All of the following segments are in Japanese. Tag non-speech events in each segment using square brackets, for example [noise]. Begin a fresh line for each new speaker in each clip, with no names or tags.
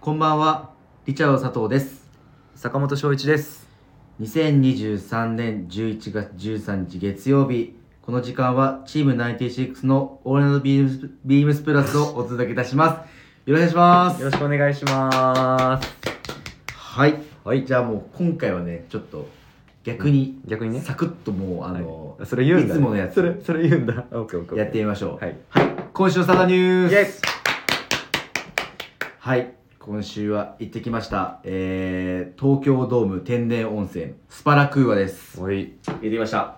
こんばんは、リチャード佐藤です。
坂本翔一です
2023年11月13日月曜日、この時間はチーム96のオールナイトビームスビームスプラスをお届けいたします。よろしくお願いし
よ
ま
ろしくお願いします
す。はい。はい、じゃあもう今回はね、ちょっと逆に、
逆にね
サクッともう、あの、
はいそれ言うんだ
いつものやつ
それそれ言うんだあオッケーオッケーオッケー
やってみましょう。
はい
今週のサタニュース
イエス
はい今週は行ってきました、えー、東京ドーム天然温泉スパラクーアです
おい
行ってきました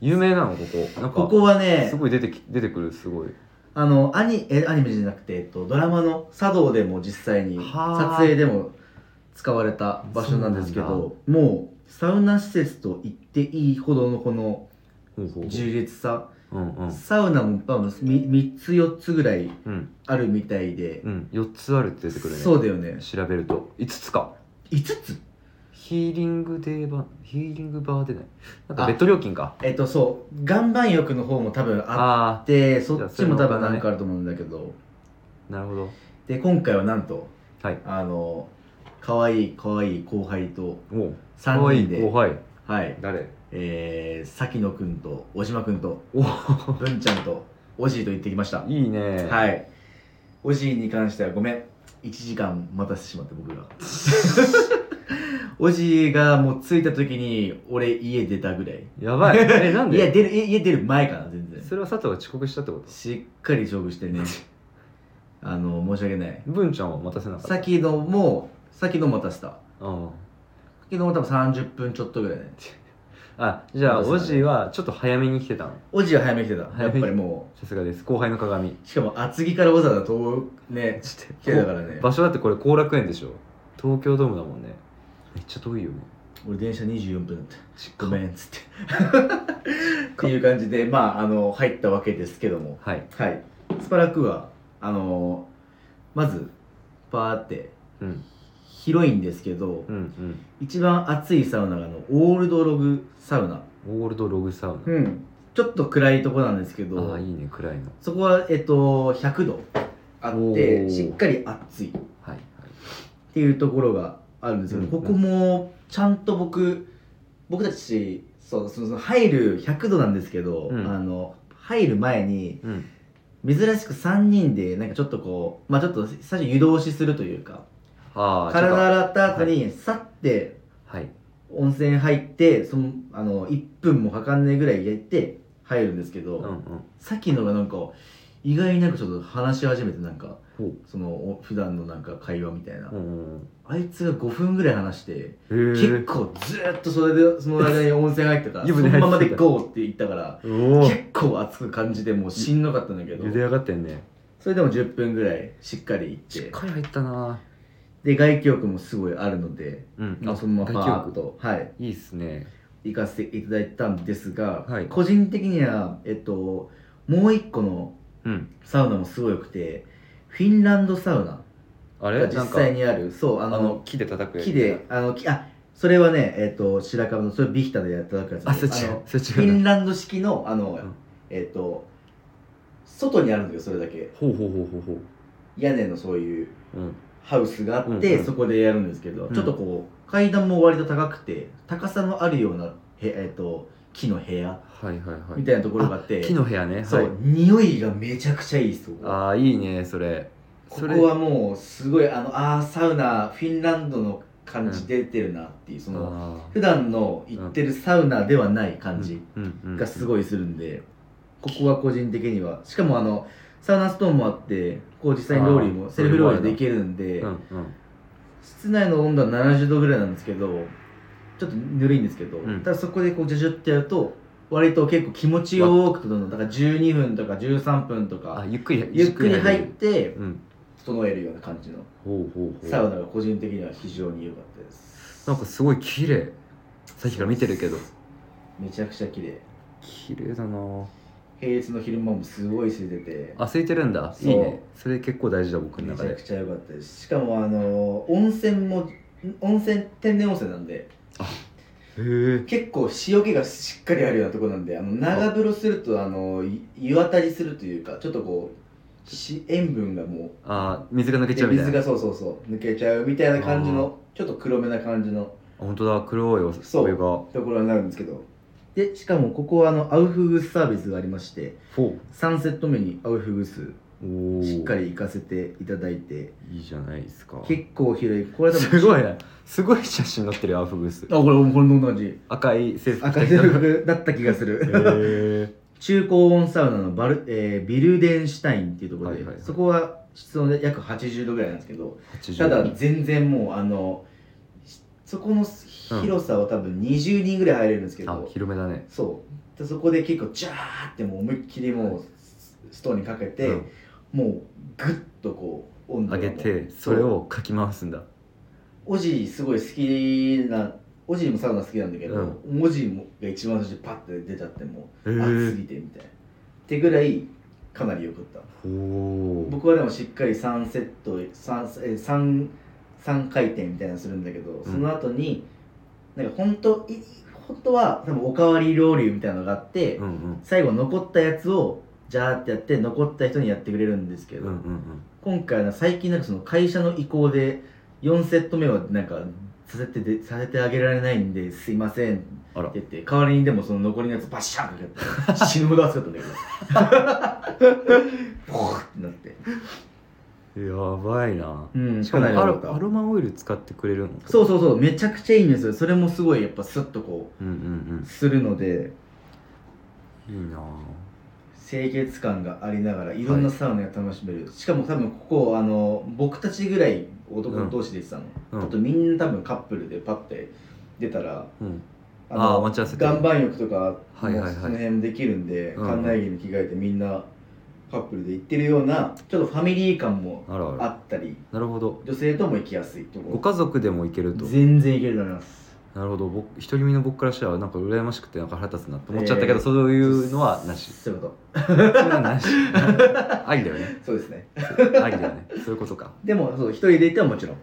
有名なのここなんか
ここはね
すごい出てき出てくるすごい
あのアニえアニメじゃなくて、えっと、ドラマの茶道でも実際に
は
撮
あ
影でも使われた場所なんですけどもうサウナ施設と言っていいほどのこの
ほうほうほう
充実さ
うんうん
サウナも多分3つ4つぐらい
うん
あるみたいで、
うん4つあるって出てくるね
そうだよね
調べると5つか
5つ
ヒーリングデーバーヒーリングバーでないなん
あ
かベッド料金か
えっとそう岩盤浴の方も多分あ
あ
ってそっちも多分なんかあると思うんだけど
あなるほど
で今回はなんと
はい
あの可愛い可愛い後輩と
おうか
3
わい
人
い
で
後輩
はい
誰
えー、咲野くんと小島くんと
お
文ちゃんとおじいと行ってきました
いいね
はいおじいに関してはごめん1時間待たせてしまって
[laughs]
僕がおじいがもう着いた時に俺家出たぐらい
やばいえなん
いや
で
出る家家出る前かな全然
それは佐藤が遅刻したってこと
しっかり勝負して
[laughs]
ねあの申し訳ない
文ちゃんは待たせなかった
先のも先の待たせた
うん
先のも多分30分ちょっとぐらいね
あじゃあ
そう
お
ですね
じはちょっと早めに来てたの
おじいは早めに来てたや
早
っ
めに
ぱりも
さすがです後輩の鏡
うしかも厚木からわざわざ遠くね
ちょっ
来
と
てたからね
場所だってこれ後楽園でしょ東京ドームだもんねめっちゃ遠いよね
俺電車24分だった
ちっ
ごめんっつって [laughs] っていう感じでまああの入ったわけですけども
はい
はいスパラクはあのまずパーって
うん
広いんですけど、
うん
一番熱いサウナがあのオールドログサウナ
うんオールドログサウ
うん、ちょっと暗いとこなんですけ
ナあ
ど
あいいね暗いの
そこは、えっと、100度あっ
お
て
ー
しっかり熱いっ
はいはい
ていうところがあるんですけど、
う
こ
ん
こもちゃんと僕僕たちそうそのその入る100度なんですけど、
うん
あの入る前に
うん
珍しく3人でなんかちょっとこうまあちょっと最初湯通しするというか
ああ
体洗った後にさって
はい
温泉入ってそのあの1分もかかんないぐらい入れて入るんですけど、
うんうん
さっきのがなんか意外になんかちょっと話し始めてなんか
ほう
そのお普段のなんか会話みたいな、
うんうん
あいつが5分ぐらい話して、
うんへ
結構ずーっとそれでその間に温泉入ったから
湯
そ
船
の
入っ
ままで
てた
ゴーって言ったから
えおお
結構熱く感じてもうしんどかったんだけど
茹で上がってんね
それでも10分ぐらいしっかり
し
行っ
っ
て
かり入ったな
で外気浴もすごいあるので、
うん
まあ、そのままパーッ
外気浴
と、はい、
いいっすね
行かせていただいたんですが、
はい
個人的には、えっと、もう一個の
うん
サウナもすごい良くてフィンランドサウナ
あれ
が
な
実
んか
際にあるそうあ
あ
の
の木で叩くやつ
木であの木あそれはねえっ、と白樺のそれビヒタでやったやつ
あそっち
の
そっち
フィンランド式
[laughs]
のあの、
ん
えっ、と外にあるんだけどそれだけ
ほうほうほうほうほう
屋根のそういう
うん
ハウスがあって、
うんうん
そこでやるんですけど、
うん
ちょっとこう階段も割と高くて高さのあるようなへえっ、と木の部屋
はいはいはい
みたいなところがあって
木の部屋ね
そう、
はい
匂いがめちゃくちゃいいそこ
ああいいねそれ
こ
それ
こはもうすごいあのあーサウナフィンランドの感じ出てるなっていう、その
あ
普段の行ってるサウナではない
あ
感じ
うんうん
がす
い
ごいするんで、ここは個人的にはしかもあのサウナストーンもあってこう実際に料理も
あー
セルフ料理できるんで、
うんうん
室内の温度は70度ぐらいなんですけどちょっとぬるいんですけど、
うん
ただそこでこうジャジュってやると割と結構気持ちよくとどんどんだから12分とか13分と
あ
か
ゆっくり
ゆっくり入っ
る
て
うん
整えるような感じの
ほうほうほう
サウナが個人的には非常に良かったです
なんかすごい綺麗さっきから見てるけど
めちゃくちゃ綺麗
綺麗だな
平日の昼間もすごい空いてて
あ空いてるんだ
そう
いいねそれ結構大事だ僕の
めち
中
ゃ
で
くちゃ良かったですしかもあの温泉も温泉天然温泉なんで
へえ
結構塩気がしっかりあるようなとこなんであの長風呂するとあのい湯あたりするというかちょっとこうし塩分がも
ああ水が抜
う
けちゃうみたい
水
な
がそう
あ
そうそう抜けちゃうみたいな感じ
あー
のちょっと黒めな感じの
本当だ黒いお
そう
お湯が
ところになるんですけどでしかもここはあのアウフグースサービスがありまして
フ
3セット目にアウフグース
ォー
しっか
り
り行かせていただいて
いいじゃないですか
結構広いこれ多分 [laughs]
すごい
あ
ねすごい写真載ってるよアフグース
これもこれの同じ
赤い制服
赤い
へ
服だった気がする
え
中高温サウナのバル、えービルデンシュタインっていうところで、
はいはいはい
そこは室温で約80度ぐらいなんですけど
80
ただ全然もうあのしそこの広さは多分20人ぐらい入れるんですけど、
あ広めだね
そうでそこで結構ジャーってもう思いっきりもうスストーンにかけて、
うん
もうグッとこう温度
上
が
げてそれをかき回すんだ
オジすごい好きなオジもサウナ好きなんだけど、オジもが一番最初にパッて出ちゃっても
へ
う熱すぎ
え
てみたいなってぐらいかなり良かった
おお
僕はでもしっかり3セット 3, 3, 3回転みたいなのするんだけどその後に、なんか本当い本当は多分おかわりロウリュみたいなのがあって、
うんうん
最後残ったやつをジャーってやって残った人にやってくれるんですけ
うん
ど、
うんうん
今回の最近なんかその会社の意向で4セット目はなんかさせてでさせてあげられないんですいませんって
あら
言って代わりにでもその残りのやつバシャンってや
[laughs]
って死ぬほど熱かったんだけど [laughs] ポーってなって
やばいな
うん
しかも
かな
ア
り良か
ロ
った
アロマオイル使ってくれるの
そうそうそうめちゃくちゃいいんですよそれもすごいやっぱスッとこ
うん
うするので
うんうんいいな
清潔感がありながらいろんなサウナが楽しめる、しかも多分ここあの僕たちぐらい男同士で行ってたの、
うんうん
あとみんな多分カップルでパッて出たら
うんあ
の
ー待ち合わせて
岩盤浴とかも
は
う
い
そ
はいはい
の辺できるんで
うん
館内着に着替えてみんなカップルで行ってるようなちょっとファミリー感も
あらあ
あ
ら
ったり
なるほど
女性とも行きやすいと
ご
こ
家族でもいけると
全然行けると思います
なるほど僕一人身の僕からしたらなんか羨ましくてなんか腹立つなと思っちゃったけど、そういうのはなし
そういうこ
そういうのは
[laughs]
なしありだよね
とそうですね
ありだよねそういうことか
でもそう一人で行ってももちろん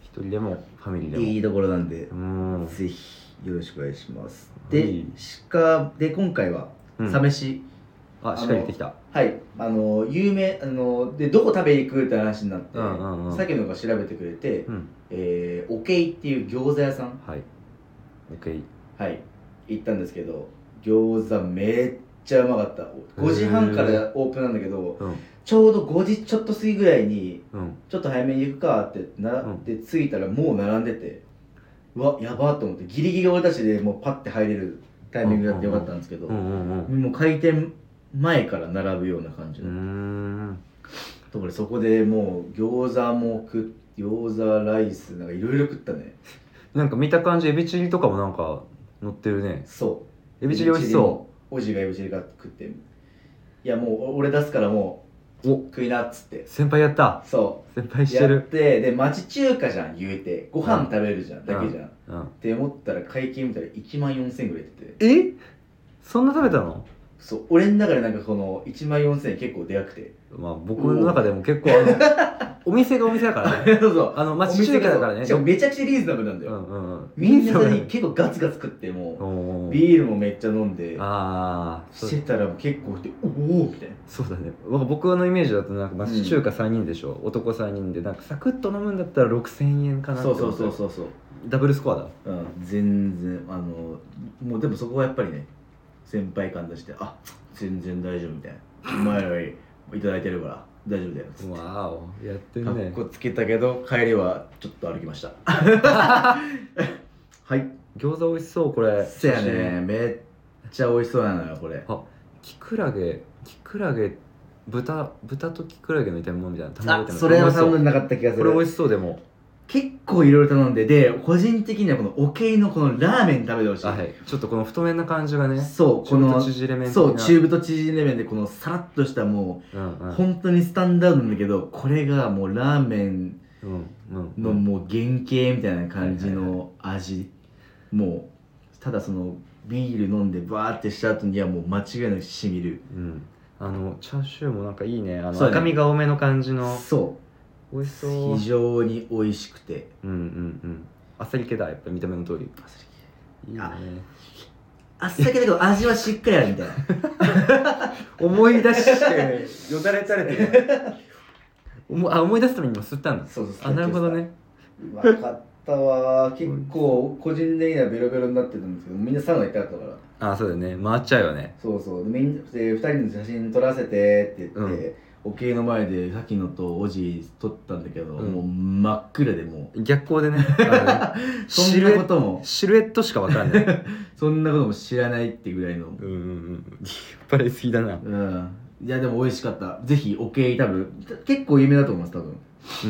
一人でもファミリーでも
いいところなんで
うーん
ぜひよろしくお願いします。
は
で
い、
鹿で今回は
うん
サ飯、
あしっかり行ってきた
はい、あの有名あのでどこ食べに行くって話になって、
うんうんうん
さっきのが調べてくれて、
うん
えー、おけいっていう餃子屋さん、
はい OK
はい、行ったんですけど、餃子めっちゃうまかった。5時半からオープンなんだけど、
うん
ちょうど5時ちょっと過ぎぐらいに
うん
ちょっと早めに行くかってなって着いたらもう並んでてうわやばーと思ってギリギリ俺たちでもうパッて入れるタイミングだってよかったんですけど、
うんうん
もう開店前から並ぶような感じ
う
の、
んう
ところでそこでもう餃子も食っ餃子ライスなんかいろいろ食ったね
ーんなんか見た感じエビチリとかもなんか乗ってるね
そ
エビチリ美味しそ
そうおじがエビチリが食っていやもうお俺出すからもう
お
食いなっつって
う先輩やった
そ
先輩
う
して
やっ
る
てで町中華じゃん言うてご飯食べるじゃん、だけじゃん
うん
って思ったら会計見たら1万4000円ぐらい出てて
えそんな食べたの
そう俺の中でなんかこの1万4000円結構でかく
[laughs]
て
まあ僕の中でも結構あ
[laughs]
のお店がお店だからね
そうそう
あの町中華だからね
しかもめちゃくちゃリーズナブルなんだ
う
よ、
んうんうん
みんなそれに
いい
結構ガツガツ食ってもう
おー
ビールもめっちゃ飲んで
ああそ
し
う
てたら結構でおおみたいな
そうだねなんか僕のイメージだとなんか町中華3人でしょ、男3人でなんかサクッと飲むんだったら6000円かなって
そう
思った
そうそうそうそう
ダブルスコアだ
うん全然あのもうでもそこはやっぱりね先輩感出してあ全然大丈夫みたいなお前らいただいてるから大丈夫だよつって
わおやって
か
る
っ
ね
こつけたけど帰りはちょっと歩きました [laughs] はい
餃子美味しそうこれ
せやねめっちゃ美味しそうなのよこれ
キクラゲキクラゲ豚豚とキクラゲの炒め物みたいな
あ
卵炒め物
それは
美味し
頼ん
う
でなかった気がす
これ美
る
味しそうでも
結構いろいろ頼んでで個人的にはこのおけいのこのラーメン食べてほしい、
あはいちょっとこの太麺な感じがね
そうこ
ちょっ
の
と縮れ麺的な
そう中太縮れ麺でこのさらっとしたも
うん
う、
うん
本当にスタンダードなんだけどこれがもうラーメン
うんうん
のもう原型みたいな感じ
はいはい
の味もうただそのビール飲んでバーってした後にはもう間違いなくしみる
うんあのチャーシューもなんかいいねあ
そ
の
うだね
赤身が多めの感じの
そ
美味し
う
そう
非常に美味しくて
うんうんうんあっさり系だやっぱり見た目の通りいいね
ああっさけだけど味はしっかりあるみたい
[laughs]
な
思い出 [laughs] してよだれ垂れてる思あ思い出すためにも吸ったんだ
そうそう
あなるほどね
うまかったわ結構個人的にはベロベロになってたんですけどみんなサウナ行ったかったから
あそうだよね回っちゃうよね
そうそうでみんなで2人の写真撮らせてって言って、
うん
お経の前でさっきのとおじ撮ったんだけど、
うん
もう真っ暗でも
逆光で [laughs] ねあのね
うそ
シ
ん
ル
な
エ
こ
ット
とも
シルエットしかわかんないうん
そんなことも知らないってぐらいの
うんうん引っ張りすぎだな
うんいやでも美味しかったぜひお経多分結構有名だと思います多分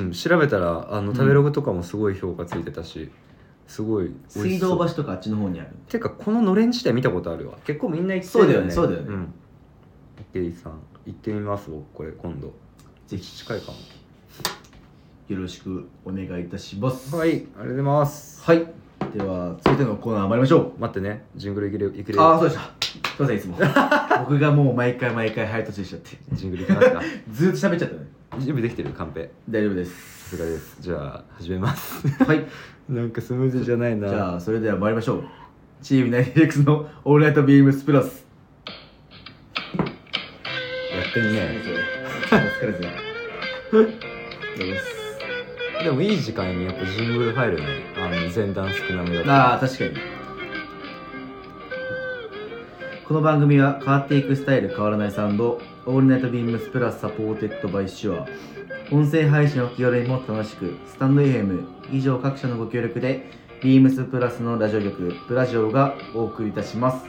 うん調べたらあ
う
の
ん
食べログとかもすごい評価ついてたしすごい美味
水
しそう
道橋とかあっちの方にある
てかこののれん自体見たことあるわ結構みんな行ってる
そうだよねそうだ
うん池井さん行ってみます僕これ今度
ぜひ
近いか
よろしくお願いいたします
もはいありがとうございます
はいでは続いてのコーナー参りましょ
待ってねジングルいけるいけ
う
る
ああそうでしたすいませんい
[laughs]
つも僕がもう毎回毎回早とちりしちゃって
ジングルいけますか [laughs]
ずーっと喋っちゃったね
準備できてるカンペ
大丈夫で
[laughs] さ
す
すがですじゃあ始めます [laughs]
はい
なんかスムーズじゃないな
じゃあそれでは参りましょうチームナインレックスのオールナイトビームスプラス
やってんね
[laughs] お疲れ様です
でもいい時間にやっぱジングル入るねあの前段少なめだと
ああ確かにこの番組は変わっていくスタイル変わらないサウンドオールナイトビームスプラスサポーテッドバイシュア音声配信を気軽にもっと楽しくスタンド FM 以上各社のご協力でビームスプラスのラジオ局プラジオがお送りいたします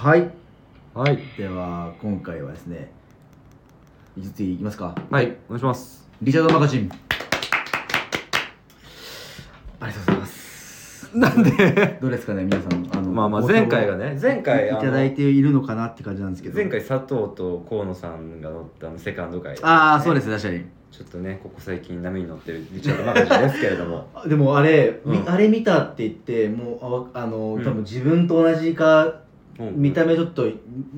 はい
はい
では今回はですね5ついきますか
はいお願いします
リチャードマガジンありがとうございます
なんで
どうですかね皆さんあの
まあまあ前回が
ね
ね前
い
回あの
ただいているのかなって感じなんですけど
前回佐藤と河野さんが乗ったあのセカンド回
ああそうですす確かに
ちょっとねここ最近波に乗ってるリチャードマガジンですけれども
あでもあれ、み
うん
あれ見たって言ってもうああの多
うん
分自分と同じか、
うん
見た目ちょっと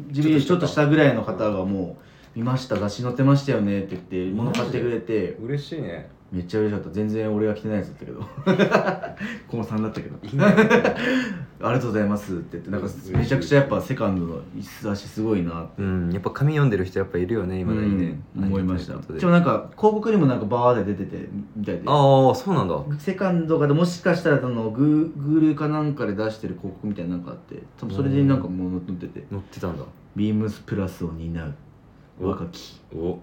自分よりちょっと下ぐらいの方がもう見ました雑誌載ってましたよねって言って物買ってくれて
嬉しいね
めっちゃ嬉しかった全然俺が着てないやつだったけど [laughs] 高3だったけど
いいね
ありがとうございますって言ってなんかめちゃくちゃやっぱセカンドの一足すごいなって
[laughs] うんやっぱ紙読んでる人やっぱいるよね今だにね、
うん思いました
ありがたいこと
で
で
もなんか広告にもなんかバーで出ててみたいで
ああそうなんだ
セカンドがでもしかしたらそのグーグルかなんかで出してる広告みたいななんかあって多分それでなんかもう載ってて
乗ってたんだ
「ビームスプラスを担う若き
お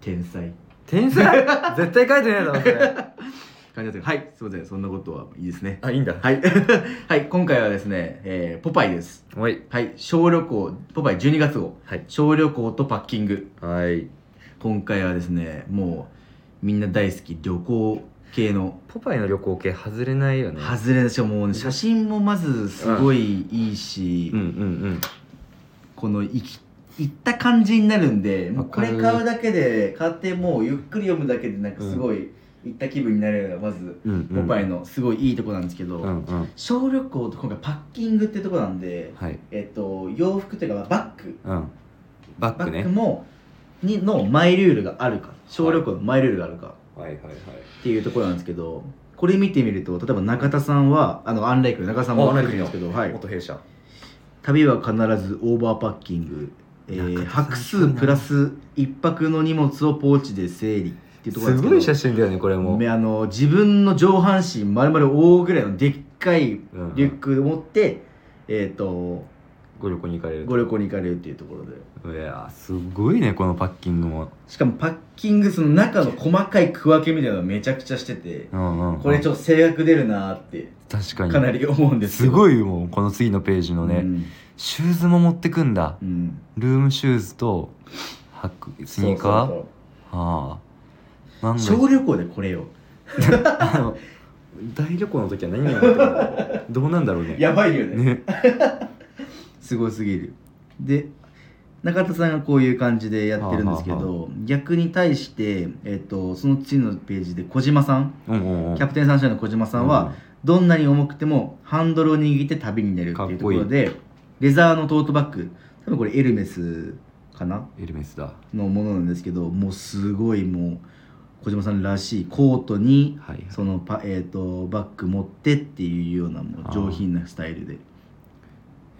天才
天才 [laughs] 絶対書いてないだろそれ」
感じだったけどはいすいませんそんなことはいいですね
[laughs] あいいんだ
はい [laughs] はい今回はですね、えーポパイです
はい
はい小旅行ポパイ12月号
はい
小旅行とパッキング
はい
今回はですねもうみんな大好き旅行系の
ポパイの旅行系外れないよね
外れでしょもうね写真もまずすごいいいし、
うんうん
この行き行った感じになるんでもうこれ
わかる
買うだけで買ってもうゆっくり読むだけでなんかすごい行った気分になれるのがまず
うんうん
ポパイ
の
のすごいいいとこなんですけど、
うんうん
小旅行と今回パッキングってとこなんで、
はい
えっと、洋服というかまあバッグ
うんバッ
バ
ク
ッ
ね
グもにのマイルールがあるか小旅行のマイルールがあるか、
はいはいはい
っていうところなんですけどこれ見てみると例えば中田さんはあのアンライクの中田さんも
あアンライ
て
ク
るんですけど、はい、
元弊社
旅は必ずオーバーパッキング、えー、
中
泊
田さんすごい
数
な
プラス一泊の荷物をポーチで整理っていうところなんです
す
け
ご
ど
い写真だよねこれも
めあの自分の上半身丸々覆うぐらいのでっかいリ
うん
ュックを持って、えっ、と
ご旅行に行かれる
ご旅行に行かれるっていうところで
いやーすごいねこのパッキングも
しかもパッキングその中の細かい区分けみたいなのがめちゃくちゃしてて
うんうん
これち
ょ
ょっと制約出るなーって
確かに
かなり思うんです
す
よ
ごいもうこの次のページのね、
うん
シューズも持ってくんだ
うん、
ルームシューズと履くスニーカー
そう
ああ万が
そうそう
一
小旅行でこれよ
あの [laughs] 大旅行の時は何が持ってくんだろうどうなんだろうね
やばいよね [laughs]
ね
すごすぎるで中田さんがこういう感じでやってるんですけど
はあは
逆に対して、えっとその次のページで小島さん
うんうんうん
キャプテンサンシャインの小島さんは、、どんなに重くてもハンドルを握って旅に出るっていうところでレザーのトートバッグ多分これエルメスかな
うんエルメスだ
のものなんですけどもうすごいもう小島さんらしいコートに
はい
そのパ、えー、とバッグ持ってっていうようなもう上品なスタイルで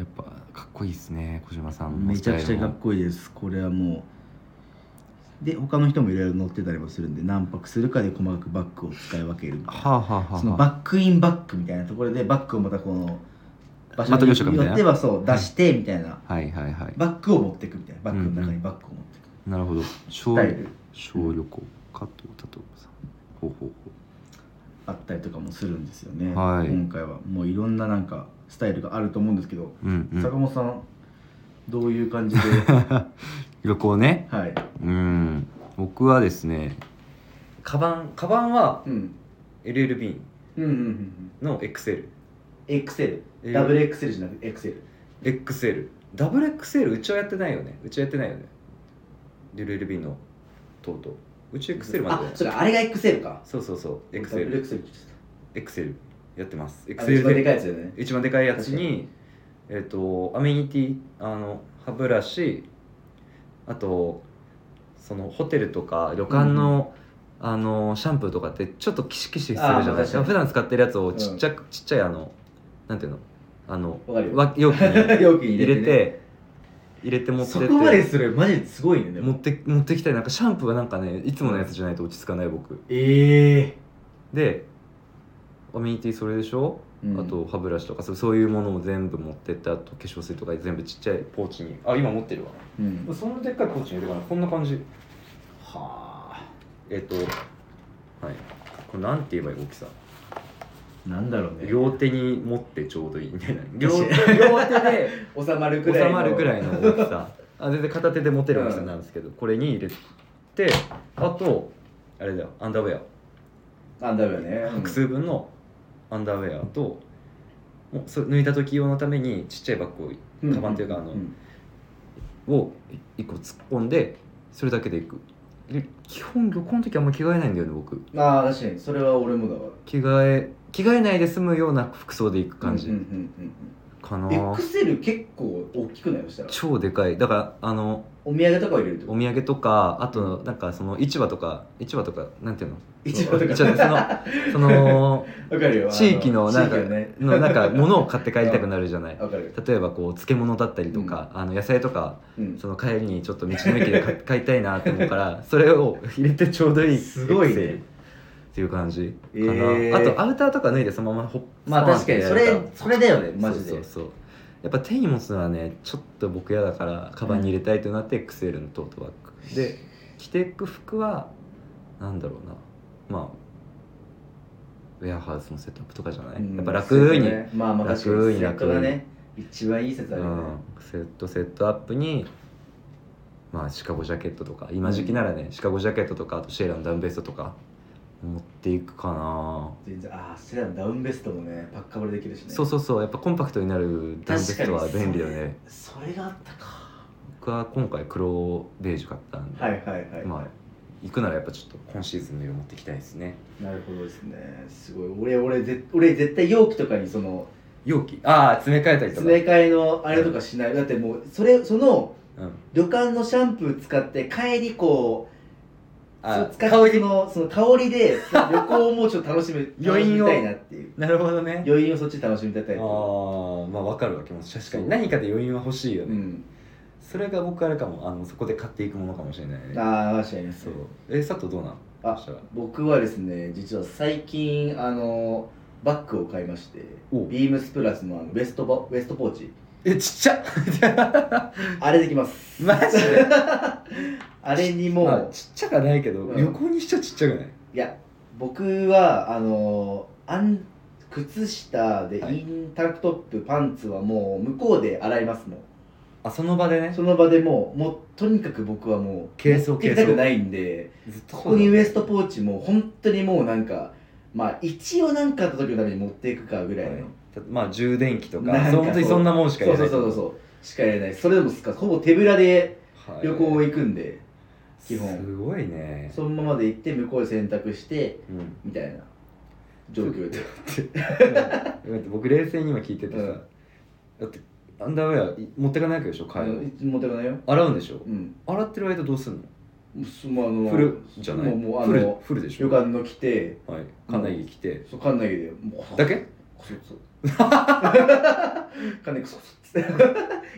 やっぱかっこいいですね小島さんの
めちゃくちゃかっ
ス
こいいですこれはもうで他の人もいろいろ乗ってたりもするんで何泊するかで細かくバッグを使い分けるみ
タ
たい
イ
な
ルもはあ、はあはあはあ、
そのバックインバックみたいなところでバッグをまたこの場
また業者かみたいな
よってはそう出してみたいな
はいはいはい
バッグを持っていくみたいなバッグの中にバッグを持っていく
なるほど小
スタイル
小旅行加藤達夫さんほうほう
あったりとかもするんですよね、
はい
今回はもういろんななんかスタイルがあると思うんですけど、
ほううんう
坂
ん
本さんどういう感じで
旅行ね
はい、
うん僕はですねカバンカバンは
うん、
LLB
うんうんうん
の XL
エクセル
えー
ダブルエクセルじゃなくてエクセル
XL ダブル XL うちはやってないよねうちはやってないよね LLB のとうとううち XL まで
あそれあれがエクセルか
そうそうそう
ダブルエ
XL
クセルって
エクセルやってますエ
言ってた
ク
あれ一
セル
番でか
で
いやつだよね
一番でかいやつにえっ、とアメニティあの歯ブラシあとそのホテルとか旅館の、あのシャンプーとかってちょっとキシキシするじゃないです
あーまあ確か
か
に
普段使ってるやつをちっちゃく、ちっちゃいあのなんていうのあの
わかるよ
わ容器に
[laughs] 容器に
入れて入れて持って
そ
って
こまでするマジですごいねで
持
も
って持ってきたりなんかシャンプーはなんかねいつものやつじゃないと落ち着かない僕
ええ
でアメニティそれでしょ、
うん
あと歯ブラシとかそうそういうものを全部持ってってあと化粧水とか全部ちっちゃいポーチにあ今持ってるわ
うん、
そんなでっかいポーチに入れるかなこんな感じ
は
えっ、とはいこれなんて言えばいい大きさ
あなんだろうね
両手に持ってちょうどいいみたいな両 [laughs]
確か
両手で
収まるくらい
収
の
まるぐ
い
らいの大きさ [laughs] あ全然片手で持てる大きさなんですけど、これに入れてあとあれだよアンダーウェ
なんだろうね
ア複数分のアンダーウェアと、もうそれ抜いた時用のためにちっちゃいバッグ
うん
カバンというかあの
ん
をを1個突っ込んでそれだけでいくで基本旅行の時あんま着替えないんだよね僕
ああ確かにそれは俺もだわ
着替え着替えないで済むような服装でいく感じ
うんうんうん
かな、
うんエクセル結構大きくないそしたら
超でかいだからあの
お土産とかを入れるってこ
お土産とかあとなんかその市場とか市場とかなんていうの
と一応とか
その
[laughs]
その
わかるよ
地域のなんか
地域のね
のなんか物を買って帰りたくなるじゃない
[laughs] わかる
例えばこう漬物だったりとか、あの野菜とか
うん
その帰りにちょっと道の駅で買買いたいなと思うからそれを入れてちょうどいい
すごいね
Excel っていう感じかな、
えー
あとアウターとか脱いでそのままほっ
まあ確かにそれそれだよね
マ
マ
ジ
ジ
で
で
そうそうそうやっぱ手に持つのはねちょっと僕嫌だからカバンに入れたいとなって XL のトートバッグで着ていく服はなんだろうなまあウェアハウスのセットアップとかじゃない、
うん
やっぱ楽
そう
に
だねまあまあ確かに
楽に
セットがね一番いい説あるよね
うん、セットセットアップに、まあ、シカゴジャケットとか今時期ならね、シカゴジャケットとかあとシェーラーのダウンベストとか持っていくかな、
全然ああそれらのダウンベストもねパッカバレできるしね
そうそうそうやっぱコンパクトになるダウンベストは
確かに
便利よね
それそれがあったか
僕は今回黒ベージュ買ったんで、
はいはいはい、
まあ行くならやっぱちょっと今シーズンの色持ってきたいですね
なるほどですねすごい俺俺ぜ俺絶対容器とかにその
容器ああ詰め替えたりとか
詰め替えのあれとかしないだってもうそれその
うん、
旅館のシャンプー使って帰りこう
あ
そう使
香
って
り
そのその香りでその旅行をもうちょっと楽しめ
[laughs] 余韻を
楽しみたいなっていう
なるほどね
余韻をそっちで楽しみたいタイ
あ
プ
あまあ分かるわけも確かに何かで余韻は欲しいよね、
うん
それが僕あれかもあのそこで買っていくものかもしれないね
ああ確かに
そ
そう
うえ佐藤どうなん
あ
そしたら
僕はですね実は最近あのバッグを買いまして
お
ビームスプラスのあのウエストバウエストポーチ
えちっち [laughs] ゃ
あれできます [laughs]
マジで、
あれにもう、
まあ、ちっちゃかないけど、
うん
横にしちゃちっちゃくない
いや僕はあのあん靴下で
はい
インタンクトップ、パンツはもう向こうで洗いますもん
あその場でね
その場でもうもうとにかく僕はもう
軽装
持ってきたくないんで
ずっと
ここにウ
上
エストポーチも本当にもうなんかまあ一応なんかあった時のために持っていくかぐらいの、
まあ充電器と
なん
か
か
そ本当にそんなもんしか
そうそうそうそうそうしかやれないそれでもすっかほぼ手ぶらで
う、はい
旅行行くんで、基本
すごいね
そのままで行って向こうで洗濯して
うん
みたいな状況で
だって [laughs] 僕冷静に今聞いててさ、
うん
だってアンダーウェアい持ってかないわけでしょ帰る、
うん持ってこないよ
洗うんでしょ
うん
洗ってる間どうすんの
すまああの
フルじゃない
もうもうあ
フル
の
フルでしょ
旅館の来て
はい金井着て
そう館内でもう [laughs]
だけ
コソコソ館内コソコソっつって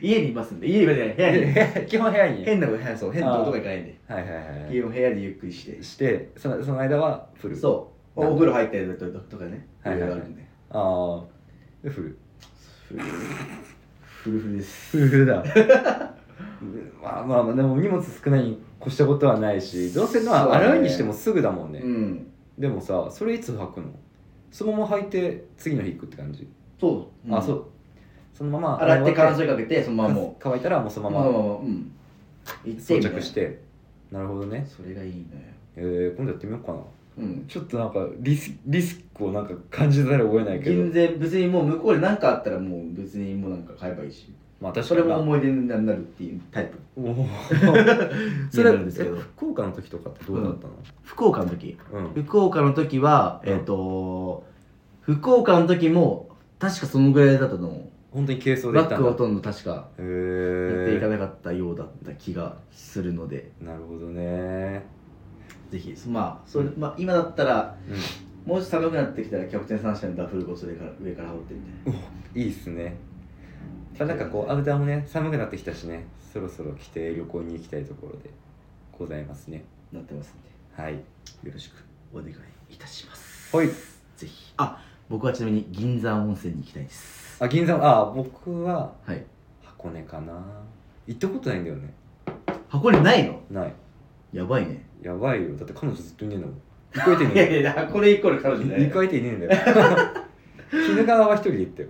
家にいますんで家にいますね部屋に
基本部屋にはい
変なこと部屋そう変なことがいかないんで
はいはい
家の部屋でゆっくりして
してそのその間はフル
そうお風呂入ったりだととかね
はいはい
ろ
はい
ろあるんで
ああでフル
フルフルフルです
フルフルだ [laughs] まあまあまあでも荷物少ないに越したことはないしどうせま
そう
あ
だね
洗うにしてもすぐだもんね
うん
でもさそれいつ履くのそのまま履いて次の日行くって感じ、
そう、うん
あそうそのまま
洗って乾
て
燥かけてそのままも
乾いたらもうそうの
まあ
ま
まあ
ま
まあうん行って
装
みたい
着
な
してなるほどね
それがいいのよ
えー、今度やってみようかな
うん
ちょっとなんかリスリスクをなんか感じざるを得ないけど
全然別にもう向こうで何かあったらもう別にもうなんか買えばいいし
まあ確
そ
か
れ
に
も
な
思い出になるっていうタイプ
お [laughs] ーそれ
になるんですけど
え福岡の時とかってどうだったの
福岡の時
うん、
福岡の時は
うん
えっ、と福岡の時も確かそのぐらいだったと思
本当に軽
う
装で
バ
行っ
ッ
た
ク
ん
は
だ
ほとんど確か
へ
やっていか
ー
なかったようだった気がするので
なるほどね
ぜひまあそれ、まあ、今だったらもうちょっと寒くなってきたらキャプテンサンシャインのダッフルコースでから上から羽織ってみたいない
いっすねまあなんかこうアウターもね寒くなってきたしねそろそろ着て旅行に行きたいところでございますね
なってますんで
はい
よろしくお願いいたします
はい
ぜひあ僕はちなみに銀山温泉に行きたいです
あ銀座あ僕は
はい
箱根かな行ったことないんだよね
箱根ないの
ない
やばいね
やばいよだって彼女ずっといねえんだもん行こえてねえんだよ
いや箱根イコール彼
言い換えていねえんだよ [laughs] 鬼怒川は一人で行ったよ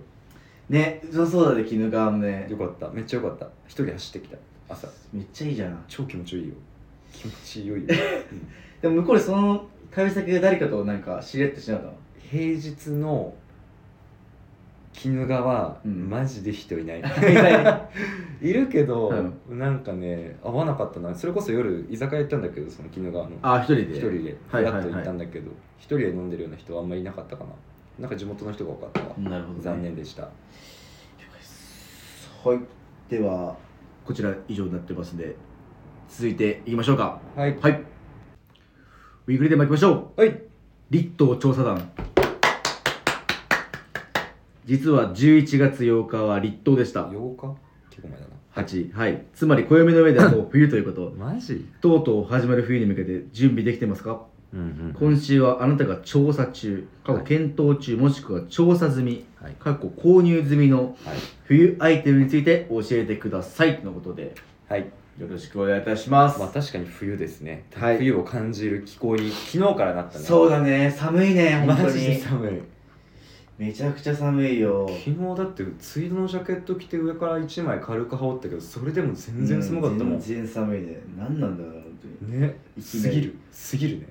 ねそうそうだね鬼怒川もね
よかっためっちゃよかった一人走ってきた朝
めっちゃいいじゃん
超気持ちいいよ気持ちよいよ
でも向こうでその旅先で誰かとなんか知り合ってしなかっ
平日の鬼怒川、
うん
マジで人いない
たのいないね
いるけど、
う
なんかね合わなかったなそれこそ夜居酒屋行ったんだけどその鬼怒川の
[laughs] あ一人で
一人で
はい
ふ
はいは
ら
い
っと行ったんだけど一、人で飲んでるような人はあんまりいなかったかななんか地元の人が多かったわ
なるほど、ね、
残念でした
はいではこちら以上になってますんで続いていきましょうか
はい
はいウィークリーでもいきましょう
はい
立東調査団実は11月8日は立冬でした
8日結構前だな
8はいつまり暦の上ではもう冬ということ
マジ
とうとう始まる冬に向けて準備できてますか
うんうん
今週はあなたが調査中過去検討中もしくは調査済み
はい
過去購入済みの
はい
冬アイテムについて教えてくださいとのことで
はい、
よろしくお願いいたします、
まあ確かに冬ですね、
はい
冬を感じる気候に昨日からなったね
そうだね寒いね本当
マジで
に
寒い
めちゃくちゃ寒いよ
昨日だってツイードのジャケット着て上から1枚軽く羽織ったけどそれでも全然寒かったもん、
う全然寒いね何なんだろうな本当に
ね
いき
す
なり
ぎるすぎるね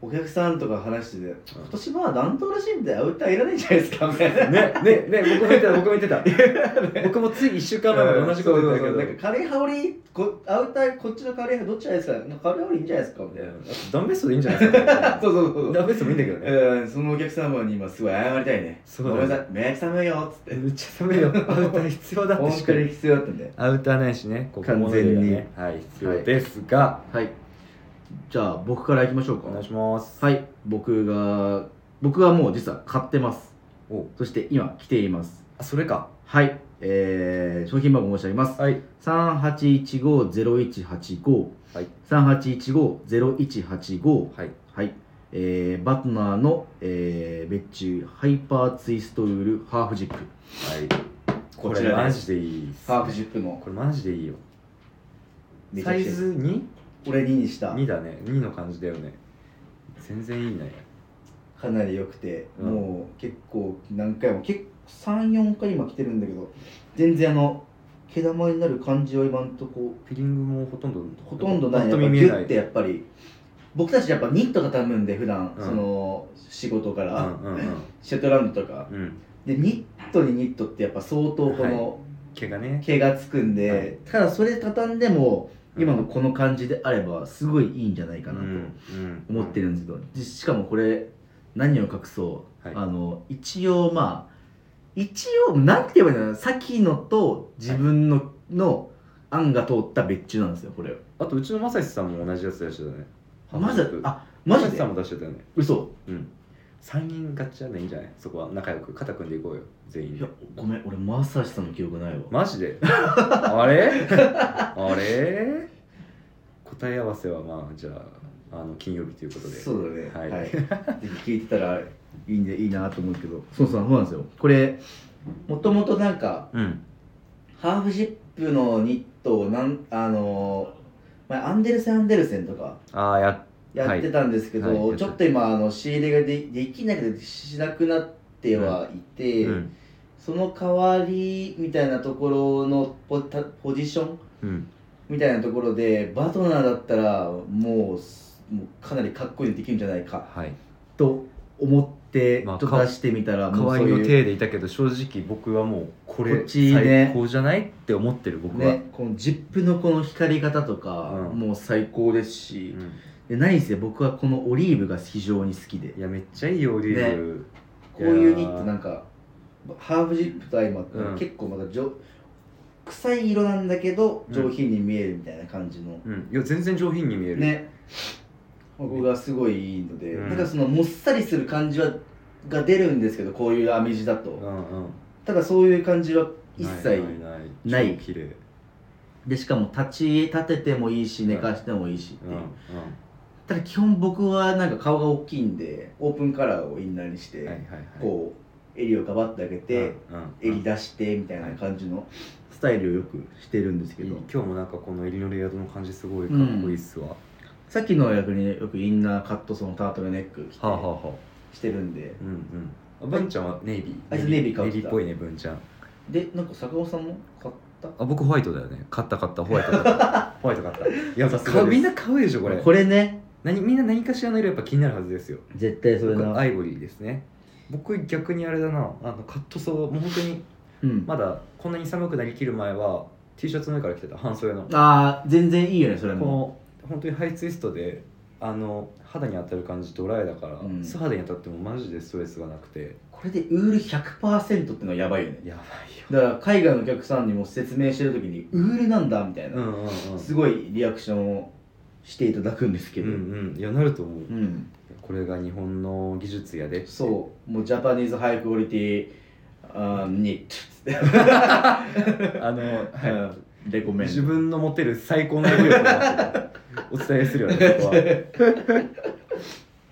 お客さんとか話してて
うん
今年まあ暖冬らしいんでアウターいらないんじゃないですかみたいな
ねねね僕も [laughs] 言ってた僕も言ってた [laughs] 僕もつい1週間前まで同じこと言ってたけど
なんか軽い羽織こアウターこっちの軽い羽織どっちじゃないですかなんか軽い羽織いいんじゃないですかみたいな
ダンベストでいいんじゃないですか [laughs]
そうそうそうそ
ダ
う
ンベストもいいんだけどね
うんそのお客様に今すごい謝りたいね
そうだね
ごめんなさいめっちゃ寒いよっつって
めっちゃ寒 [laughs] いよアウター必要だって
本当に必要だったんで
アウターないしねここ
完全に
ねはい必要ですが、
はいじゃあ僕からいきましょう
お願いします
はい僕が僕はもう実は買ってます
お
そして今着ています
あそれか
はい、えー商品番号申し上げます。
はい
三八一五ゼロ一八五。
はい。
三八一五ゼロ一八五。
はい
はい。えーバトナーの、えー別注ハイパーツイストウールハーフジップ。
はい
こ
こ
ち
れ
らです
マジでいいっす
ハーフジップの
これマジでいいよ
めちゃ
サ
く
イ
ちゃ
ズ 2?2
俺ににした。
だね2の感じだよね全然いいね
かなり良くて、
うん
もう結構何回も結構三四回今着てるんだけど、全然あの毛玉になる感じは今んとこ
フィリングもほとんど
ほとんどないや
ぱっ
っ
と
ぱ
見
ギ
え
ュ
ない
ッてやっぱり僕たちやっぱニット畳むんで普段、
うん
その仕事か
う
ら、
んうんうん
シェットランドとか
うん
でニットにニットってやっぱ相当この
毛がね
毛がつくんで、
はい
ただそれ畳んでも
うん
今のこの感じであればすごいいいんじゃないかなと
うん
思ってるんですけど、でしかもこれ何を隠そう、
はい
あの一応まあ一応なんて言えばいいのかなさっきのと自分の、の案が通った別注なんですよこれ
あとうちの正志さんも同じやつ出してたね
マジ
ハ
で
ンバーグ
あマジ
正志さ
で
んも出してたよね
嘘
うん3人勝ちじゃないいんじゃないそこは仲良く肩組んでいこうよ全員
い
で
やごめん俺まさしさんの記憶ないわ、
マジであれ
[laughs]
あれ答え合わせはまあじゃああの金曜日ということで
そうだね
は
[laughs]
い
ぜひ聞いてたらいいんでいいなと思うけどそうそうそうなんですよこれもともとなんか
うん
ハーフジップのニットをなんあのー前アンデルセン・アンデルセンとか
ああやっ
やってたんですけど、
はいはい
ちょっと今あの仕入れがでできなくてしなくなってはいて、
うん
その代わりみたいなところのポたポジション
うん
みたいなところでバトナーだったらもうすもうかなりかっこいいのできるんじゃないか
はい
と思ってち
ま
ょ
あ
っと出してみたら
代
もう
わ
そ
り
う
の
いう
体でいたけど正直僕はもうこ
こ
れ
っちね
最高じゃないって思ってる僕は、
ねこのジップのこの光り方とか
うん
もう最高ですし、
う
で何せ僕はこのオリーブが非常に好きで
んいやめっちゃいいよオリーブ、
こういうニットなんかハーフジップと相まって
うん
結構またじょ臭い色なんだけど
うん
上品に見えるみたいな感じの、
うん、いや全然上品に見える、
ね僕がすごいいいので、
うん
なんかそのもっさりする感じはが出るんですけどこういう編み地だと、
うんうん、
ただそういう感じは一切
ない
な
ないい超綺麗、うん
でしかも立ち立ててもいいし
ん
寝かしてもいいしっていう、
う
ただ基本僕はなんか顔が大きいんでオープンカラーをインナーにして、
ん、はいはいはい
こう襟をガバッと上げ
うん
て、
うん
襟出してみたいな感じのスタイルをよくしてるんですけ
いい
ど、
今日もなんかこの襟のレイヤードの感じすごいかっこいいっすわ、は
さっきの役によくインナーカットソンタートルネック着て
あ、はあはあ、
してるんで
うんうんあ文ちゃんはネイビー
あいつネイビーかぶっ
ネイ
てた
ビーっぽいね文ちゃん
でなんか坂本さんも買った
あ僕ホワイトだよね買った買ったホワイト買った
[laughs]
ホワイト買ったいや
さすがです
みんな買うでしょこれ
これね
何みんな何かしらの色やっぱ気になるはずですよ
絶対それ
僕
な
アイボリーですね僕逆にあれだなあのカットソーもう本当に
うん、
まだこんなに寒くなりきる前は T シャツの上から着てた半袖の
あー全然いいよねそれ
こ
も
の本当にハイツイストであの肌に当たる感じドライだから、
うん
素肌に当たってもマジでストレスがなくて
これでウール100%ってのはやばいよね
やば
だから海外のお客さんにも説明してる時にウールなんだみたい
いよう
な、
んうんうん
すごいリアクションをしていただくんですけ
う
ど、
んうんいやなると思う
うん、
これが日本の技術やでって
そう、もうジャパニーズハイクオリティあーニット
あの、はい
はい、レコメン
自
ド。
分の持てる最高の能力をお伝えするよねここは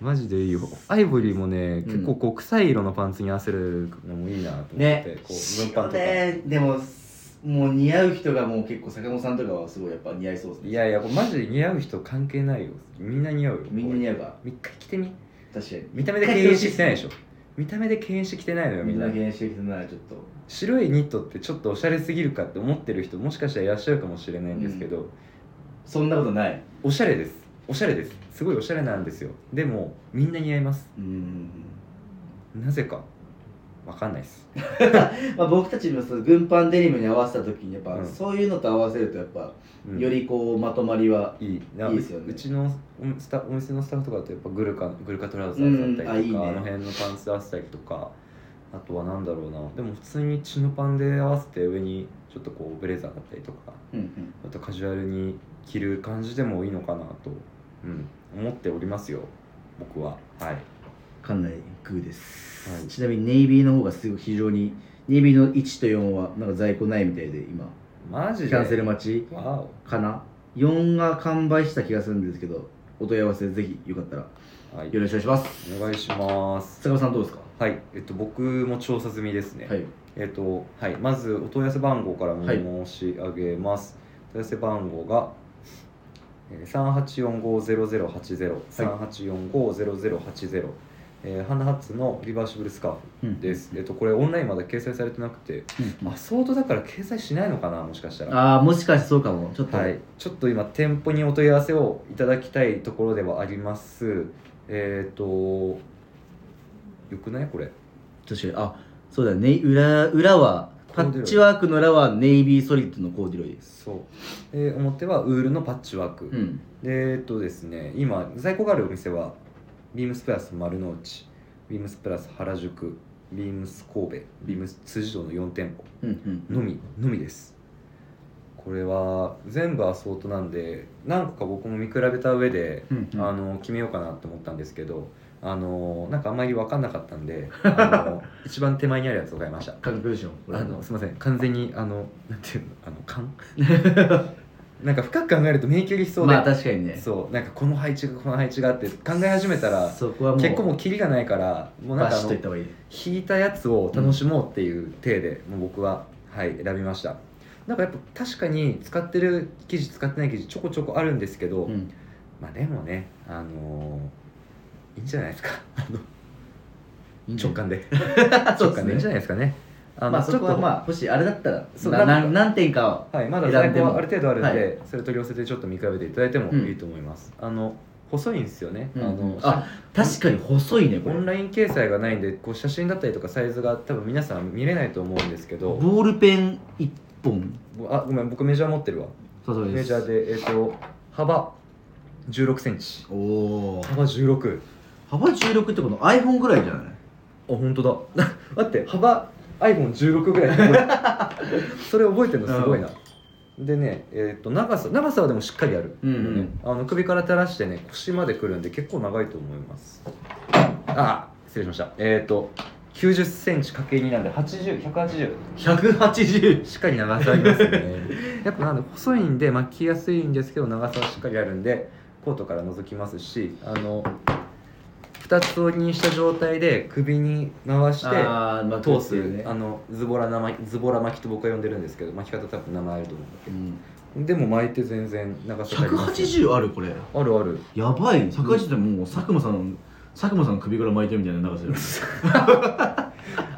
マジでいいよアイボリーもね、結構こう臭い色のパンツに合わせるのもいいなと思って、
ね、
こうパンとか、
ねでも、もう似合う人がもう結構坂本さんとかはすごいやっぱ似合いそうですね。
いやいやこれマジで似合う人関係ないよみんな似合うよ
みんな似合うか、
一回着てみ
確かに。
見た目で敬遠してきてないでしょ見た目で敬遠してきてないのよみ
み
ん
ん
な
な減してきてない、ちょっと。
白いニットってちょっとおしゃれすぎるかって思ってる人もしかしたらいらっしゃるかもしれないんですけど、
そんなことない。
おしゃれですおしゃれですすごいおしゃれなんですよでもみんな似合います
うん。
なぜかわかんないです
まあ、僕たちもその軍パンデニムに合わせた時に、やっぱ、
うん
そういうのと合わせると、やっぱ、
うん
よりこう、まとまりは。
いいない
いですよね
うちのおスタお店のスタッフとかだとやっぱグルカグルカトラウザーだったりとか、
うんあいいね
あの辺のパンツ合わせたりとかあとはなんだろうなでも普通にチノパンで合わせて上にちょっとこうブレザーだったりとか
うんうん
あとカジュアルに着る感じでもいいのかなと、うん、思っておりますよ僕ははい
かなりグーです、
はい
ちなみにネイビーの方がすごい非常にネイビーの1と4はなんか在庫ないみたいで今
マ
キ
ジで
ャンセル待ち
わお
かな4が完売した気がするんですけどお問い合わせぜひよかったら
はい
よろしくお願いします
お願いします
坂本さんどうですか
はい、えっと、僕も調査済みですね。
はい
えっと、はい、まずお問い合わせ番号から申し上げます。お問い合わせ番号が。三八四五ゼロゼロ八ゼロ、三八四五ゼロゼロ八ゼロ。えーハンナハッツのリバーシブルスカーフ
うん
です。えっと、これオンラインまだ掲載されてなくて、
うん
あ、相当だから掲載しないのかな、もしかしたら。
ああもしかしてそうかもちょっと、
はい、ちょっと今店舗にお問い合わせをいただきたいところではあります。えっ、と。よくない、これ。
確かにあそうだね裏裏はパッチワークの裏はネイビーソリッドのコーディロイです
そう、えー表はウールのパッチワーク、
う
で
ん
えっとですね今在庫があるお店はビームスプラス丸の内ビームスプラス原宿ビームス神戸ビームス辻堂の4店舗
うんうん
のみのみですここれは全部アソートなんで何個か僕も見比べた上で
うんうん
あの決めようかなと思ったんですけどあのなんかあんまり分かんなかったんであ
[laughs]
の一番手前にあるやつを買いました
韓国でしょ俺
あ
の
のすいません完全にあのなんていうのあの勘
[laughs]
なんか深く考えると迷宮入りしそうで、
まあ確かにね
そうなんかこの配置がこの配置があって考え始めたら
そこはもう
結構もうキリがないからもうなん
バ
か
シ
あ
ッと
の
いった方がいい
引いたやつを楽しもうっていう体で、もう僕ははい選びましたなんかやっぱ確かに使ってる生地使ってない生地ちょこちょこあるんですけど、
うん
まあでもねあのーいいんじゃないですかあの直 [laughs] 感で
そうで
直
す
感でいいんじゃ
ね
ないですかねあの
まあそこは
ちょっと
まあもしあれだったら
そう
な
な
なん
か
何点かは
はい、まだ
選
在
んで
庫
も
はある程度あるんで、
はい
それと両手でちょっと見比べていただいても
うん
いいと思います、あの細いんですよね、
うん
あ
うん
の
あ確かに細いねこ
オ
れ
ンライン掲載がないんでこう写真だったりとかサイズが多分皆さん見れないと思うんですけど
ボールペン一本
ぼあごめん僕メジャー持ってるわ
そうで
メ
す
ジャーでえっ、と幅1 6センチ
おおー
幅16あ
幅16ってこの iPhone ぐらいじゃない
本当だ [laughs] 待って幅 iPhone16 ぐらいだ [laughs] それ覚えてるのすごいなでねえっ、と長さ長さはでもしっかりある、
うんうん
あの首から垂らしてね腰までくるんで結構長いと思いますあ失礼しましたえっ、と9 0センチ ×2 なんで80180
180
しっかり長さありますねやっぱなんで細いんで巻きやすいんですけど長さはしっかりあるんでコートから覗きますしあの2つ折りにした状態で首に回して
あーまあ
通す、
ね
あのズボラな巻きズボラ巻きと僕は呼んでるんですけど巻き方多分名前あると思うんだけ
うん
どでも巻いて全然長さ足りません
180あるこれ
あるある
やばい坂口ってもう佐久間さん佐久間さんの首から巻いてるみたいな長さです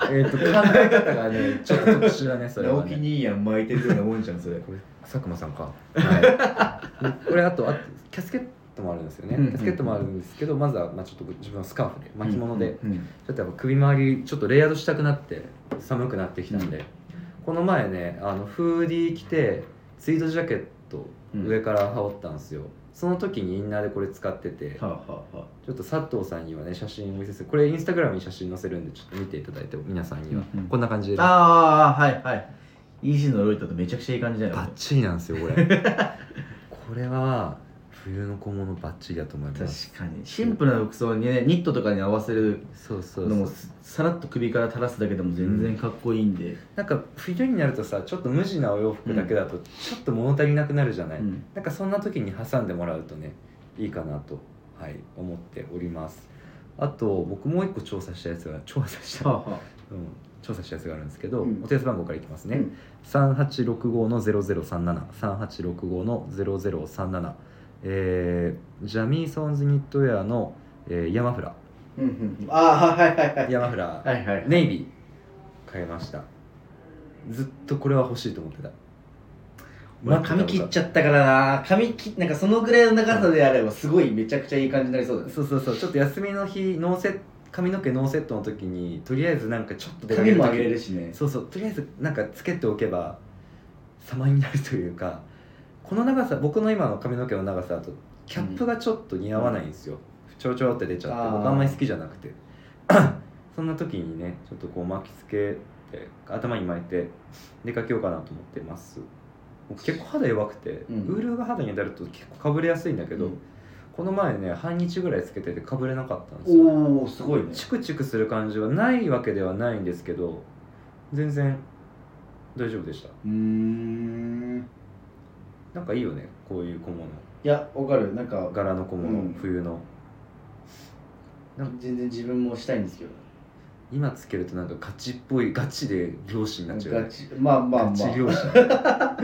えっ、と考え方がねちょっと特殊だね [laughs] それは、ね、
兄やん巻いてるようなもんじゃんそれ
これ佐久間さんか、 [laughs] はい、これあとあとキャスケットもあるんですよね、
うんうん
キャスケットもあるんですけどまずは、まあ、ちょっと自分はスカーフで巻物で、
うんうん
ちょっとやっぱ首周りちょっとレイヤードしたくなって寒くなってきたんで、
う
この前ねあのフーディー着てツイードジャケット
うん
上から羽織ったんですよ、その時にインナーでこれ使ってて、
はあはあはあ
ちょっと佐藤さんにはね写真お見せするこれインスタグラムに写真載せるんでちょっと見ていただいて皆さんには、
うんうん
こんな感じで
ああはいはい EC のロイターとめちゃくちゃいい感じだよ
バッ
ね
チリなんですよこ [laughs] れこれは冬の小物バッチリだと思います
確かにシンプルな服装にねニットとかに合わせる
そうそう
の
そ
も
う
すさらっと首から垂らすだけでも全然かっこいいんで、
なんか冬になるとさちょっと無地なお洋服だけだとちょっと物足りなくなるじゃない、
うん
なんかそんな時に挟んでもらうとねいいかなとはい思っておりますあと僕もう一個調査したやつが調査した、
は
うん、
あは
調査したやつがあるんですけど、
うん
お手伝い番号からいきますね、
うん
3865の0037 3865の0037えー、ジャミーソンズニットウェアの、えー、ヤマフラ
ああはいはいは
ヤマフラ
はいはい
ネイビー買いましたずっとこれは欲しいと思ってた
まあ、髪切っちゃったからな髪切なんかそのぐらいの長さであればすごいめちゃくちゃいい感じになりそうだね
そうそうそうちょっと休みの日ノーセッ髪の毛ノーセットの時にとりあえずなんかちょっと出か
髪
ける時
も上げれるしね
そうそうとりあえずなんかつけておけば様になるというかこの長さ僕の今の髪の毛の長さだとキャップがちょっと似合わないんですよ、ちょろちょろって出ちゃって
あー
僕あんまり好きじゃなくて [coughs] そんな時にねちょっとこう巻きつけて頭に巻いて出かけようかなと思ってます僕結構肌弱くて、
うん
ウールが肌に当たると結構かぶれやすいんだけど、
うん
この前ね半日ぐらいつけててかぶれなかったんですよ
おおすごいね
チクチクする感じはないわけではないんですけど全然大丈夫でした
うーん
なんかいいよねこういう小物
いやわかるなんか
柄の小物、
うん
冬の
全然自分もしたいんですけど
今つけるとなんかガチっぽいガチで漁師になっちゃうよ
ガ
ね
チまあまあま
ガチ
あ
漁師
[laughs]
ガ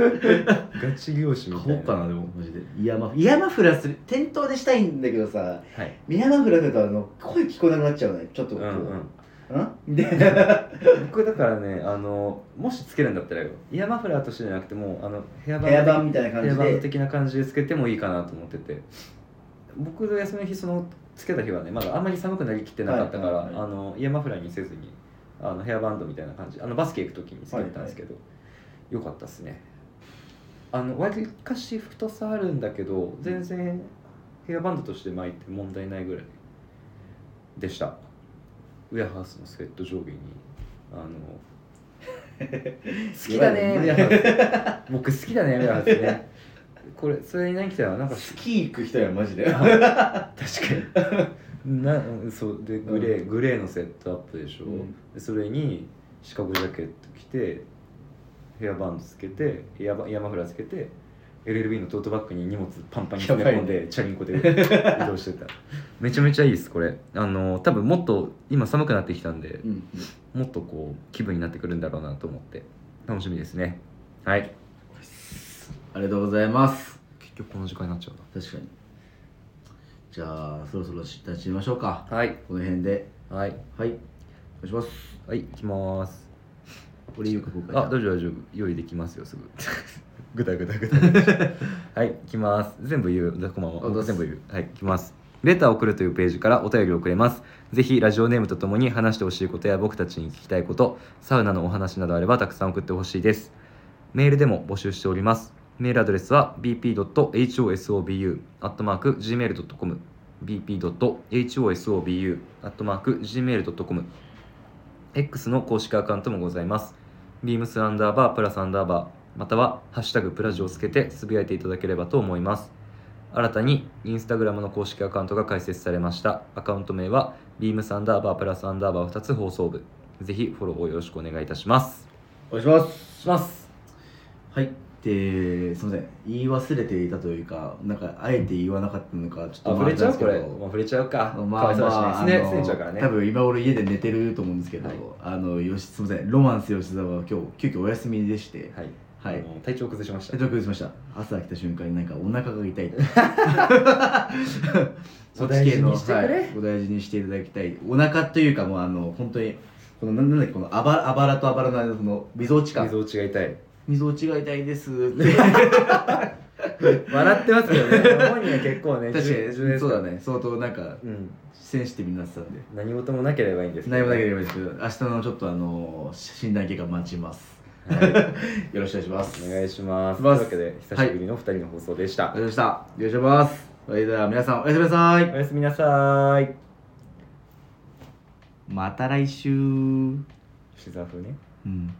チ漁師みたいな
なでもマジでイヤマフイヤマフラする店頭でしたいんだけどさ
はい
イヤマフラだとあの声聞こえなくなっちゃうねちょっと
うん
こ
うん
ううんで
僕だからねあのもしつけるんだったらよイヤーマフラーとしてじゃなくてもうあのヘアバン
ヘアバンみたいな感
ヘア
じ
バンド
で
的な感じでつけてもいいかなと思ってて僕の休みの日そのつけた日はねまだあんまり寒くなりきってなかったから、
はいはいはい
あのイヤーマフラーにせずにあのヘアバンドみたいな感じあのバスケ行く時につけてたんですけど、よかったっすねあのわりかし太さあるんだけど全然ヘアバンドとして巻いて問題ないぐらい
[laughs]
でしたウェアハウスのスウェット上下にあの好きだねーみたいな発言僕好きだねみたいな発言これそれに何来たのなんか [laughs]
スキー行く人やマジで
確かになそうでグレー、グレーのセットアップでしょ、
うん
でそれにシカゴジャケット着てヘアバンドつけてエアバエアマフラーつけて LLB のトートバッグに荷物パンパンに詰め込
や
んで、チャリンコで移動 [laughs] してためちゃめちゃいいですこれあの多分もっと今寒くなってきたんで
うんうん
もっとこう気分になってくるんだろうなと思って楽しみですねはい
ありがとうございます
結局この時間になっちゃう
確かにじゃあそろそろ立ちましょうか
なはい
この辺で
はい
はいお願いします
はい行きます
俺ゆうかこうか
あ、大丈夫大丈夫。用意できます
[laughs]
よ、すぐ。ぐだぐだぐだぐだ。 [laughs] はい、行きます。全部言う。じゃあこんばんは
あどうぞ
全部言う。はい、行きます。レターを送るというページからお便りをくれます。ぜひラジオネームとともに話してほしいことや僕たちに聞きたいこと、サウナのお話などあればたくさん送ってほしいです。メールでも募集しております。メールアドレスは bp.hosobu.gmail.com bp.hosobu.gmail.com X の公式アカウントもございます。ビームスアンダーバープラスアンダーバーまたは「ハッシュタグプラジ」をつけてつぶやいていただければと思います新たにインスタグラムの公式アカウントが開設されましたアカウント名はビームスアンダーバープラスアンダーバー2つ放送部ぜひフォローをよろしくお願いいたします
お願いします
します
はいですいません言い忘れていたというかなんかあえて言わなかったのかちょっと
触れちゃう
ま
こ
ああ
れ
れなんですけど
もう触れちゃうか
まあ
かわいそうだしねす
まあ
ねすねちゃうからね
多分今俺家で寝てると思うんですけど、
はい
あのよしすみませんロマンス吉沢は今日急遽お休みでして
はい、
はい
あの体調崩しました
体調崩しました朝来た瞬間になんかお腹が痛い
[laughs] お大事にしてくれ
はいお大事にしていただきたいお腹というかもうあの本当にこのなんなんだっけこのあばあばらとあばらの間のそのみぞおち
み
か
ぞおちが痛い
みぞおちが痛いですって
[laughs] 笑ってますけ
[laughs]
どね本人は結構ね
確か
10
に [laughs]
年
そうだね相当なんか
うん
センシティブになってたんで
何事もなければいいんですけど
内容だけでもいいですけど明日のちょっとあの診断結果待ちます
はい
[laughs] よろしくお願いします
お願いします。
ます
というわけで、久しぶりの二人の放送でした。
ありがとうございましたよろしくお願いしますそれでは皆さんおやすみなさい
おやすみなさーい。
また来週う
シザ風ね。
ん